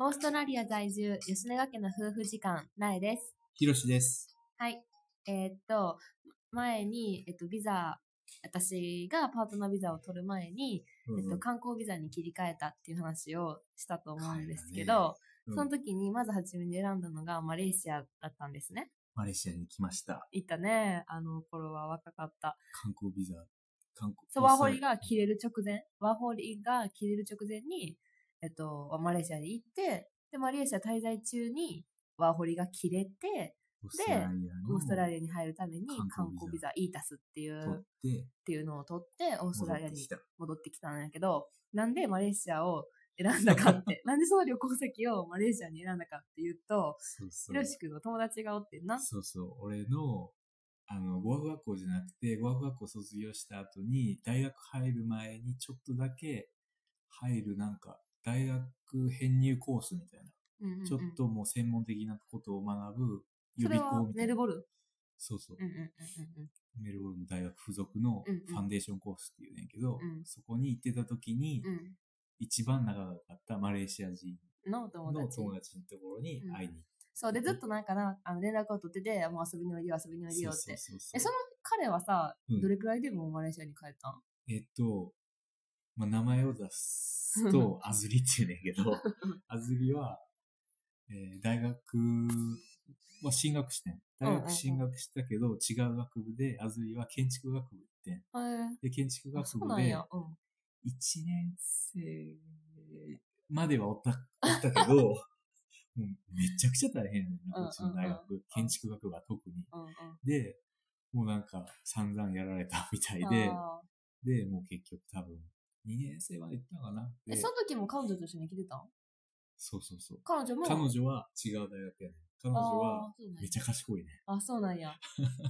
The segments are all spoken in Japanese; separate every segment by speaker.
Speaker 1: オーストラリア在住、吉永家の夫婦時間、苗です。
Speaker 2: ひろしです。
Speaker 1: はい。えーっと、前に、えっと、ビザ、私がパートナービザを取る前に、えっと、観光ビザに切り替えたっていう話をしたと思うんですけど、
Speaker 2: うん
Speaker 1: その時にまず初めに選んだのがマレーシアだったんですね。
Speaker 2: マレーシアに来ました。
Speaker 1: 行ったね。あの頃は若かった。
Speaker 2: 観光ビザ。観光
Speaker 1: そう、ワーホリが切れる直前、ワーホリが切れる直前に、えっと、マレーシアに行って、で、マレーシア滞在中に、ワーホリが切れて、
Speaker 2: オーストラリアの
Speaker 1: オーストラリアに入るために観
Speaker 2: 観
Speaker 1: 光ビ
Speaker 2: 光ビ
Speaker 1: ザ
Speaker 2: ザ
Speaker 1: E タスっていう、
Speaker 2: 取
Speaker 1: っ
Speaker 2: って、
Speaker 1: ていうのを取って、オースト
Speaker 2: 戻
Speaker 1: ラ
Speaker 2: っ
Speaker 1: リア
Speaker 2: て
Speaker 1: に
Speaker 2: きた。
Speaker 1: 戻ってきたんやけど、なんでマレーシアを選んだか って、なんでその旅行先をマレーシアに選んだかっていうと、
Speaker 2: そうそ
Speaker 1: ひ
Speaker 2: う
Speaker 1: ろ。しくんの友達がおってんな。
Speaker 2: そうそう。俺の、あの、語学学校じゃなくて、語学学校卒業した後に、大学入る前にちょっとだけ入るなんか、大学編入コースみたいな。
Speaker 1: うんうんうん
Speaker 2: ちょっ。ともう専門的なことを学ぶ
Speaker 1: そ
Speaker 2: 予
Speaker 1: れ
Speaker 2: 備
Speaker 1: は
Speaker 2: 校みた
Speaker 1: メ
Speaker 2: いな
Speaker 1: ル。ボルン。
Speaker 2: そうそう
Speaker 1: うん。うんうんうんうん。
Speaker 2: メルボルン大学附属の
Speaker 1: うんうん
Speaker 2: ファンデーションコースっていうねんけど、
Speaker 1: うん
Speaker 2: そこに行ってた時に、
Speaker 1: う
Speaker 2: 一番長かったマレーシア人
Speaker 1: ん。の友
Speaker 2: の
Speaker 1: 達。
Speaker 2: 友達のところに会いに行っ
Speaker 1: そうで、ずっとなんかな、あの連絡を取ってて、もう遊びにおいでよ、遊びにおいで
Speaker 2: て、
Speaker 1: よ
Speaker 2: う
Speaker 1: って。
Speaker 2: そうそ
Speaker 1: え、その彼はさ、
Speaker 2: うん
Speaker 1: どれくらいでもうマレーシアに帰ったん
Speaker 2: えっと、まあ、名前を出すと、 アズリっていうねんけど、アズリは、えー大学は進学してん。大学進学したけど、違う学部で、アズリは建築学部行ってん。
Speaker 1: へ
Speaker 2: で、建築
Speaker 1: えあそ
Speaker 2: 学
Speaker 1: う
Speaker 2: 部
Speaker 1: なん
Speaker 2: で
Speaker 1: や。、うん。
Speaker 2: 一年生まではおった、おった けど、もうめちゃくちゃ大変やねん
Speaker 1: うん
Speaker 2: な、うちの大学。建築学部は特に。
Speaker 1: うんうん。
Speaker 2: で、もうなんか散々やられたみたいで、
Speaker 1: あ
Speaker 2: で、もう結局多分、2年生まで行ったのかな。
Speaker 1: ーえ、
Speaker 2: で
Speaker 1: その時も彼女と一緒に来てたん
Speaker 2: そうそうそう。
Speaker 1: 彼女も。
Speaker 2: 彼女は違う大学やねん。彼女は
Speaker 1: あーそうなん
Speaker 2: め
Speaker 1: や
Speaker 2: ちゃ賢いね。
Speaker 1: あ、そうなんや。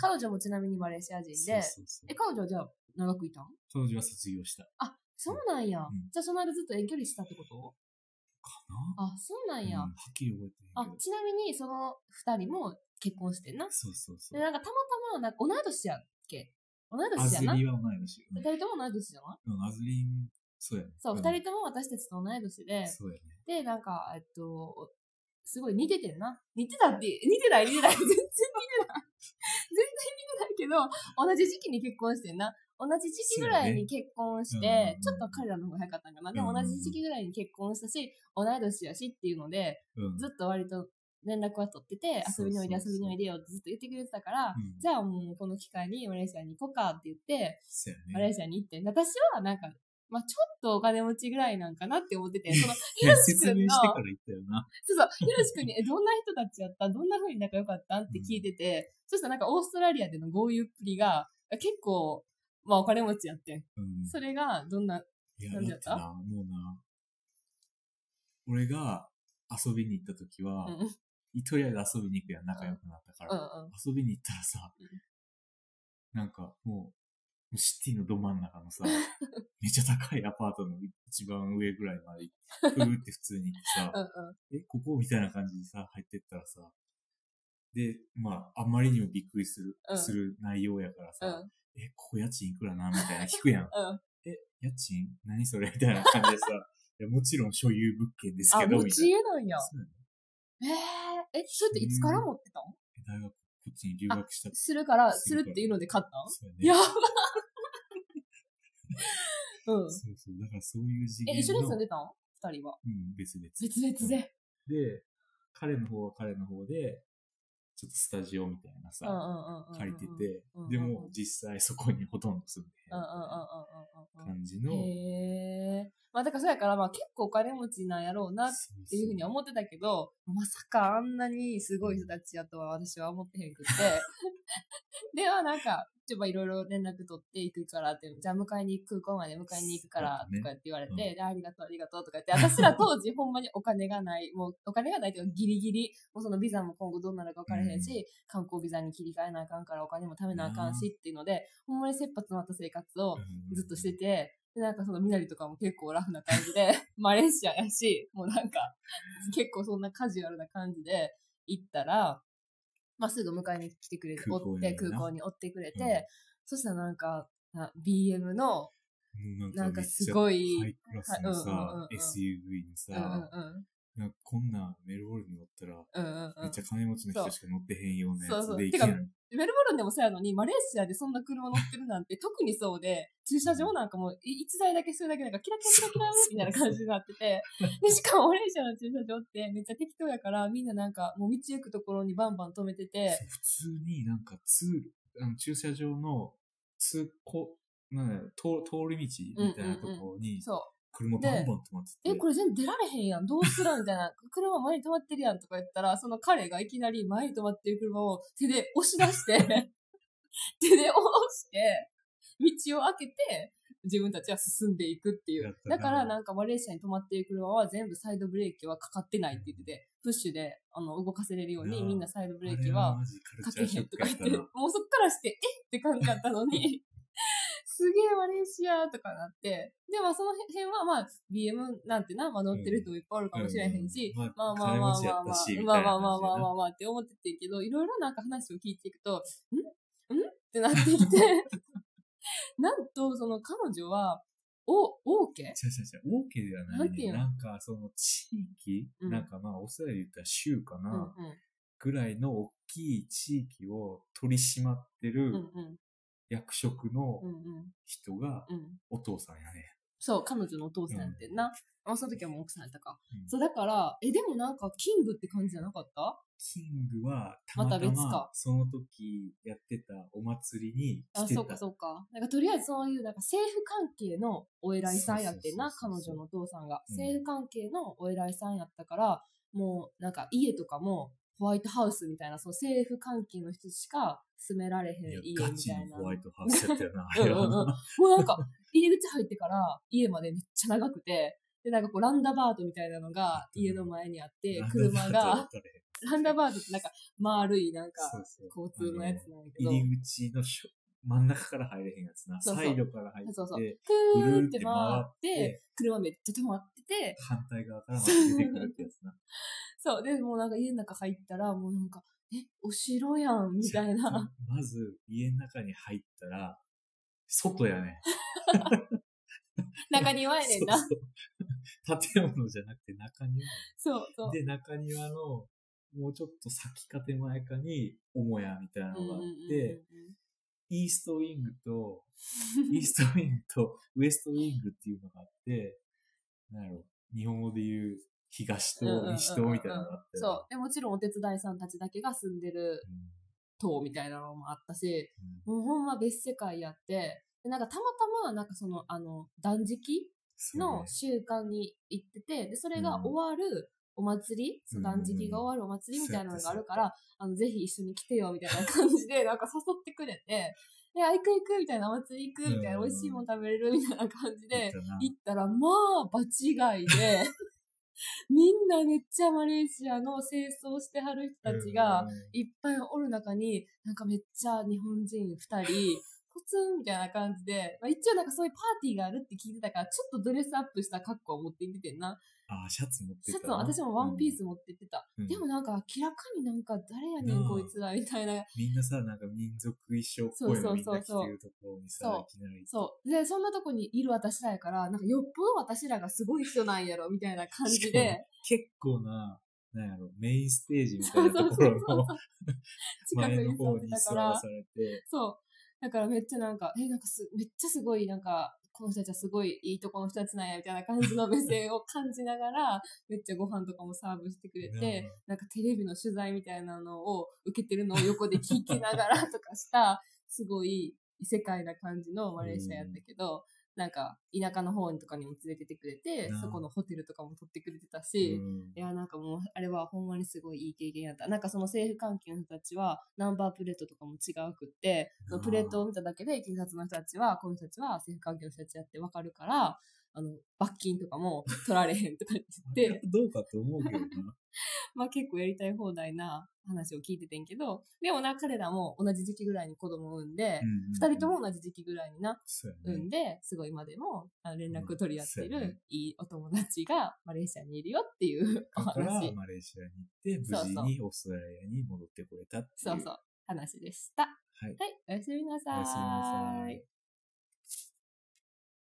Speaker 1: 彼女もちなみにマレーシア人
Speaker 2: そう
Speaker 1: で、
Speaker 2: そうそう
Speaker 1: え、彼女はじゃあ長くいたん
Speaker 2: 彼女は卒業した。
Speaker 1: あ、そうなんや。
Speaker 2: うん
Speaker 1: じゃあその間ずっと遠距離してたってこと
Speaker 2: かな
Speaker 1: あ、そうなんや。
Speaker 2: うんはっきり覚えて
Speaker 1: あ
Speaker 2: ないけ、ど。
Speaker 1: ちなみにその二人も結婚してんな。
Speaker 2: そうそうそ
Speaker 1: で、
Speaker 2: う。
Speaker 1: なんかたまたま、なんか同い年やっけ同い
Speaker 2: ア
Speaker 1: 年や
Speaker 2: ズ
Speaker 1: な。
Speaker 2: リは同い年。うん
Speaker 1: 二人とも同い年じゃない
Speaker 2: うん、アズリン、そうやね。
Speaker 1: そう、
Speaker 2: ん
Speaker 1: 二、人とも私たちと同い年で、
Speaker 2: そうやね。
Speaker 1: で、なんか、えっと、すごい似ててんな。似てたって、似てない似てない。 全然似てない。全然似てないけど、同じ時期に結婚してんな。同じ時期ぐらいに結婚して、
Speaker 2: そうやねうん
Speaker 1: ちょっと彼らの方が早かったんかな。でも
Speaker 2: うん
Speaker 1: 同じ時期ぐらいに結婚したし、同い年やしっていうので、
Speaker 2: うん。
Speaker 1: ずっと割と連絡は取ってて、遊
Speaker 2: そうそうそう
Speaker 1: びにおいで遊びにおいでよってずっと言ってくれてたから、
Speaker 2: うん
Speaker 1: じゃあもうこの機会にマレーシアに行こうかって言って、
Speaker 2: そう
Speaker 1: マレ
Speaker 2: や
Speaker 1: ー
Speaker 2: ね。
Speaker 1: シアに行って、私はなんか、まあちょっとお金持ちぐらいなんかなって思ってて、その、
Speaker 2: い
Speaker 1: ひろ
Speaker 2: や、
Speaker 1: し
Speaker 2: 説
Speaker 1: くん
Speaker 2: 明
Speaker 1: の、
Speaker 2: してか
Speaker 1: そ
Speaker 2: ら言ったよな。
Speaker 1: うそう、ひろしくんに、え、どんな人たちやったどんな風に仲良かったんって聞いてて、そしたらなんかオーストラリアでの豪遊っぷりが、結構、まあお金持ちやってん。
Speaker 2: うん。
Speaker 1: それが、どんな、
Speaker 2: いや、
Speaker 1: な
Speaker 2: だ
Speaker 1: んでや
Speaker 2: っ
Speaker 1: ってた
Speaker 2: な、もうな、俺が遊びに行った時は
Speaker 1: うん、うん
Speaker 2: とりあえず遊びに行くやん、仲良くなったか
Speaker 1: う
Speaker 2: ら。
Speaker 1: ん。
Speaker 2: 遊びに行ったらさ、なんかもう、シティのど真ん 中のさ、めっちゃ高いアパートの一番上ぐらいまで、ふーって普通に行ってさ
Speaker 1: う、んうん。
Speaker 2: え、ここみたいな感じでさ、入ってったらさ、で、まあ、あまりにもびっくりする、
Speaker 1: うん
Speaker 2: する内容やからさ、
Speaker 1: うん
Speaker 2: え、ここ家賃いくらなみたいな聞 くやん。
Speaker 1: ん
Speaker 2: え、家賃何それみたいな感じでさ、 いやもちろん所有物件です
Speaker 1: あ、
Speaker 2: けど、
Speaker 1: 持
Speaker 2: みた
Speaker 1: ち
Speaker 2: いな。
Speaker 1: 家なんや。
Speaker 2: そうやね
Speaker 1: えええ、それっていつから持ってたん
Speaker 2: 大学、こっちに留学した。
Speaker 1: するから、す
Speaker 2: す
Speaker 1: る
Speaker 2: るから
Speaker 1: っていうので買ったん
Speaker 2: そうやね。
Speaker 1: や ばうん。
Speaker 2: そうそう。だからそういう次元
Speaker 1: え、
Speaker 2: の。
Speaker 1: 一緒に住んでたん二人は。
Speaker 2: うん、別々。
Speaker 1: 別々で。
Speaker 2: で、彼の方は彼の方で、ちょっとスタジオみたい
Speaker 1: うん
Speaker 2: な
Speaker 1: うんう
Speaker 2: さ、
Speaker 1: んうんうん。
Speaker 2: 借りてて
Speaker 1: うんうんう、ん
Speaker 2: でも実際そこにほとんど住んで
Speaker 1: うんうんうんうんうん
Speaker 2: 感じ
Speaker 1: う
Speaker 2: の
Speaker 1: ん。、へえ。まあだからそうやから、まあ結構お金持ちなんやろうなっ
Speaker 2: そうそう
Speaker 1: ていうふうには思ってたけど、まさかあんなにすごい人たちやとは私は思ってへんく って。ではなんか、ちょっといろいろ連絡取って行くからって、じゃあ迎えに行く、空港まで迎えに行くから
Speaker 2: そうだね
Speaker 1: とかって言われて、
Speaker 2: う
Speaker 1: でありがとうありがとうとか言って、私ら当時ほんまにお金がない、もうお金がないっていうかギリギリ、もうそのビザも今後どうなるか分からへんし、
Speaker 2: う
Speaker 1: 観光ビザに切り替えなあかんからお金も貯めなあかんしっていうので、ほんまに切羽詰まった生活を
Speaker 2: うん
Speaker 1: ずっとしてて、で、なんかそのみなりとかも結構ラフな感じで、 マレーシアやし、もうなんか、結構そんなカジュアルな感じで行ったら、まあ、すぐ迎えに来てくれて、
Speaker 2: 空
Speaker 1: おっ
Speaker 2: 港にね
Speaker 1: て、空港に追ってくれて、
Speaker 2: うん
Speaker 1: そしたらなんか、あ BM の、
Speaker 2: もう
Speaker 1: なんか
Speaker 2: めっちゃ
Speaker 1: すごい
Speaker 2: ハイクラス
Speaker 1: はいうんう
Speaker 2: の
Speaker 1: んうん
Speaker 2: さ
Speaker 1: うん、
Speaker 2: SUV に
Speaker 1: うんうん
Speaker 2: さ、
Speaker 1: うん。
Speaker 2: なんかこんなメルボルンに乗ったら、
Speaker 1: うんうんう
Speaker 2: め
Speaker 1: ん
Speaker 2: っちゃ金持ちの人しか乗ってへんようなや
Speaker 1: そうそ
Speaker 2: つ
Speaker 1: う
Speaker 2: で行けない。
Speaker 1: メルボルンでもそうやのに、マレーシアでそんな車乗ってるなんて、特にそうで、駐車場なんかもい一台だけするだけなんかキラキラキラキラみたいな感じになってて、で、しかもマレーシアの駐車場ってめっちゃ適当やから、みんななんかもう道行くところにバンバン止めてて、
Speaker 2: そう普通になんかツール、あの駐車場の通行、なんだろう通通り道みたいなところに
Speaker 1: そう。
Speaker 2: 車バンバン止まってて、
Speaker 1: え、これ全然出られへんやん。どうするみたいな。 車前に止まってるやんとか言ったら、その彼がいきなり前に止まってる車を手で押し出して、 手で押して、道を開けて、自分たちは進んでいくってい
Speaker 2: やっ
Speaker 1: う。
Speaker 2: たな
Speaker 1: だからなんかマレーシアに止まっている車は全部サイドブレーキはかかってないって言ってて、プッシュであの動かせれるよう
Speaker 2: い
Speaker 1: に
Speaker 2: やー
Speaker 1: みんなサイドブレ
Speaker 2: あ
Speaker 1: ーキ
Speaker 2: れは
Speaker 1: は
Speaker 2: マジ
Speaker 1: か
Speaker 2: カルチ
Speaker 1: け
Speaker 2: ャ
Speaker 1: へ
Speaker 2: ーショ
Speaker 1: ん
Speaker 2: ッ
Speaker 1: と
Speaker 2: ク
Speaker 1: か言
Speaker 2: やっ
Speaker 1: って
Speaker 2: たな。、
Speaker 1: もうそっからして、えって感じだったのに、すげえマレーシアとかなって、で、まあその辺はまあ BM なんてな、まあ乗ってる人もいっぱいあるかもしれへんし、
Speaker 2: うんうん
Speaker 1: まあまあまあまあまあ、まあまあまあまあまあまあって思っててんけど、いろいろなんか話を聞いていくと、んんってなってきて、なんとその彼女は、お、オーケ
Speaker 2: 違う違う違う、オーケーではない
Speaker 1: なんてい
Speaker 2: ね。
Speaker 1: うの
Speaker 2: なんか、その地域、
Speaker 1: うん
Speaker 2: なんかまあ、お世話で言ったら州か
Speaker 1: ーうん
Speaker 2: な、ぐらいの大きい地域を取り締まって
Speaker 1: うん。うん
Speaker 2: る
Speaker 1: うん。
Speaker 2: 役職の
Speaker 1: うんうん。
Speaker 2: 人が
Speaker 1: うん。
Speaker 2: お父さんやね。
Speaker 1: そう、彼女のお父さんやってんな。あ、その時はもう奥さんやったか。
Speaker 2: うん
Speaker 1: そう、だから、え、でもなんか、キングって感じじゃなかった
Speaker 2: キングは、たまた
Speaker 1: また別
Speaker 2: ま
Speaker 1: か、
Speaker 2: その時やってたお祭りに
Speaker 1: あ、
Speaker 2: 来てた。
Speaker 1: そうかそうか。なんか、とりあえずそういう、なんか政府関係のお偉いさんやってんな、
Speaker 2: そう
Speaker 1: 彼
Speaker 2: そうそうそ
Speaker 1: 女
Speaker 2: う
Speaker 1: のお父さんが。
Speaker 2: うん
Speaker 1: 政府関係のお偉いさんやったから、もう、なんか、家とかも、ホワイトハウスみたいな、そう、政府関係の人しか住められへん
Speaker 2: いや
Speaker 1: 家み
Speaker 2: ガチ
Speaker 1: たい
Speaker 2: の
Speaker 1: な。
Speaker 2: ホ
Speaker 1: も
Speaker 2: ワ
Speaker 1: う
Speaker 2: イトハウスやったよな、あれは
Speaker 1: うんうんうん
Speaker 2: な。
Speaker 1: なんか、入り口入ってから、家までめっちゃ長くて、で、なんかこう、ランダバートみたいなのが、家の前にあって、車が、ランダバードってなんか丸いなんか
Speaker 2: そうそう
Speaker 1: 交通のやつなんだけど、
Speaker 2: 入り口のしょ真ん中から入れへんやつな。
Speaker 1: そうそう
Speaker 2: サイドから入って、
Speaker 1: そうそう
Speaker 2: ぐ
Speaker 1: ク
Speaker 2: る
Speaker 1: ー
Speaker 2: ー
Speaker 1: ン
Speaker 2: っ
Speaker 1: ってて
Speaker 2: 回
Speaker 1: 回
Speaker 2: っ
Speaker 1: ってて、車めっちゃ止まってて、
Speaker 2: 反対側からまた出てくるってやつな。
Speaker 1: そう、で、もうなんか家の中入ったら、もうなんか、え、お城やん、 みたいな。
Speaker 2: まず、家の中に入ったら、外やね。
Speaker 1: 中庭やねんな。
Speaker 2: そうそう建物じゃなくて中庭。
Speaker 1: そうそう。
Speaker 2: で、中庭の、もうちょっと先か手前かに、母屋みたいなのがあ
Speaker 1: う
Speaker 2: っ
Speaker 1: んうんうん
Speaker 2: て、イーストウィング と、イーストウィングとウエストウィングっていうのがあって、なんやろ、日本語で言う東と西とみたいなのがあって、
Speaker 1: そう。で、もちろんお手伝いさんたちだけが住んでる
Speaker 2: うん
Speaker 1: 塔みたいなのもあったし、
Speaker 2: うん
Speaker 1: もうほんま別世界やって、で、なんかたまたま、なんかその、あの、断食
Speaker 2: そうね
Speaker 1: の習慣に行ってて、で、それが
Speaker 2: うん
Speaker 1: 終わるお祭り、
Speaker 2: うん
Speaker 1: そう断食が終わるお祭りみたいなのがあるから、あの、ぜひ一緒に来てよ、みたいな感じで、なんか誘ってくれて、で、あ、行く行く、みたいな、お祭り行く、みたいな、
Speaker 2: う
Speaker 1: 美
Speaker 2: ん
Speaker 1: 味しいもん食べれる、みたいな感じで、
Speaker 2: 行ったな
Speaker 1: 行ったら、まあ、場違いで、 みんなめっちゃマレーシアの清掃してはる人たちが、
Speaker 2: うん
Speaker 1: いっぱいおる中に、なんかめっちゃ日本人二人、 ポツンみたいな感じで、まあ、一応なんかそういうパーティーがあるって聞いてたから、ちょっとドレスアップした格好を持って行っててんな。
Speaker 2: あー、シャツ持って
Speaker 1: シャ
Speaker 2: た
Speaker 1: ツ
Speaker 2: な
Speaker 1: も私もワンピース持って行ってた。
Speaker 2: うん
Speaker 1: でもなんか明らかになんか誰やね
Speaker 2: うん
Speaker 1: んこいつらみたいな。
Speaker 2: みんなさ、なんか民族衣装っぽいのみんな着てるところにさ、
Speaker 1: そう
Speaker 2: いきなり。
Speaker 1: そう。で、そんなとこにいる私らやから、なんかよっぽど私らがすごい人なんやろみたいな感じ
Speaker 2: しか
Speaker 1: で、
Speaker 2: 結構な、なんやろ、メインステージみたいなところの
Speaker 1: 近く
Speaker 2: 前の
Speaker 1: に座
Speaker 2: 方
Speaker 1: って
Speaker 2: に
Speaker 1: たか
Speaker 2: 座
Speaker 1: ら
Speaker 2: ら。されて、
Speaker 1: そう。だからめっちゃなんか、え、なんかす、めっちゃすごい、なんか、この人たちはすごいいいとこの人たちなんや、みたいな感じの目線を感じながら、 めっちゃご飯とかもサーブしてくれて、なんかテレビの取材みたいなのを受けてるのを横で聞きながらとかした、 すごい異世界な感じのマレーシアやったけど、なんか、田舎の方とかにも連れてってくれて
Speaker 2: なあ、
Speaker 1: そこのホテルとかも取ってくれてた
Speaker 2: うん
Speaker 1: し、いや、なんかもう、あれはほんまにすごいいい経験やった。なんかその政府関係の人たちは、ナンバープレートとかも違うくって、そのプレートを見ただけで警察の人たちは、この人たちは政府関係の人たちやってわかるから、あの、罰金とかも取られへんとか言っ
Speaker 2: で
Speaker 1: て、、
Speaker 2: どうかと思うけどな。
Speaker 1: まあ結構やりたい放題な話を聞いててんけど、でもな、彼らも同じ時期ぐらいに子供を産んで、 二、人と
Speaker 2: も、
Speaker 1: も同じ時期ぐらいにな、
Speaker 2: そうや
Speaker 1: 産
Speaker 2: ね
Speaker 1: んで、すごい今でもあの連絡取り合って
Speaker 2: うんそうやね
Speaker 1: るいいお友達がマレーシアにいるよっていうお
Speaker 2: だから
Speaker 1: 話。
Speaker 2: マレーシアに
Speaker 1: そう
Speaker 2: 行って、
Speaker 1: そう
Speaker 2: 無事にオーストラリアに戻ってこれたっていう。
Speaker 1: そうそう。話でした。
Speaker 2: はい。
Speaker 1: はい、おやすみなさー
Speaker 2: おやすみなさい。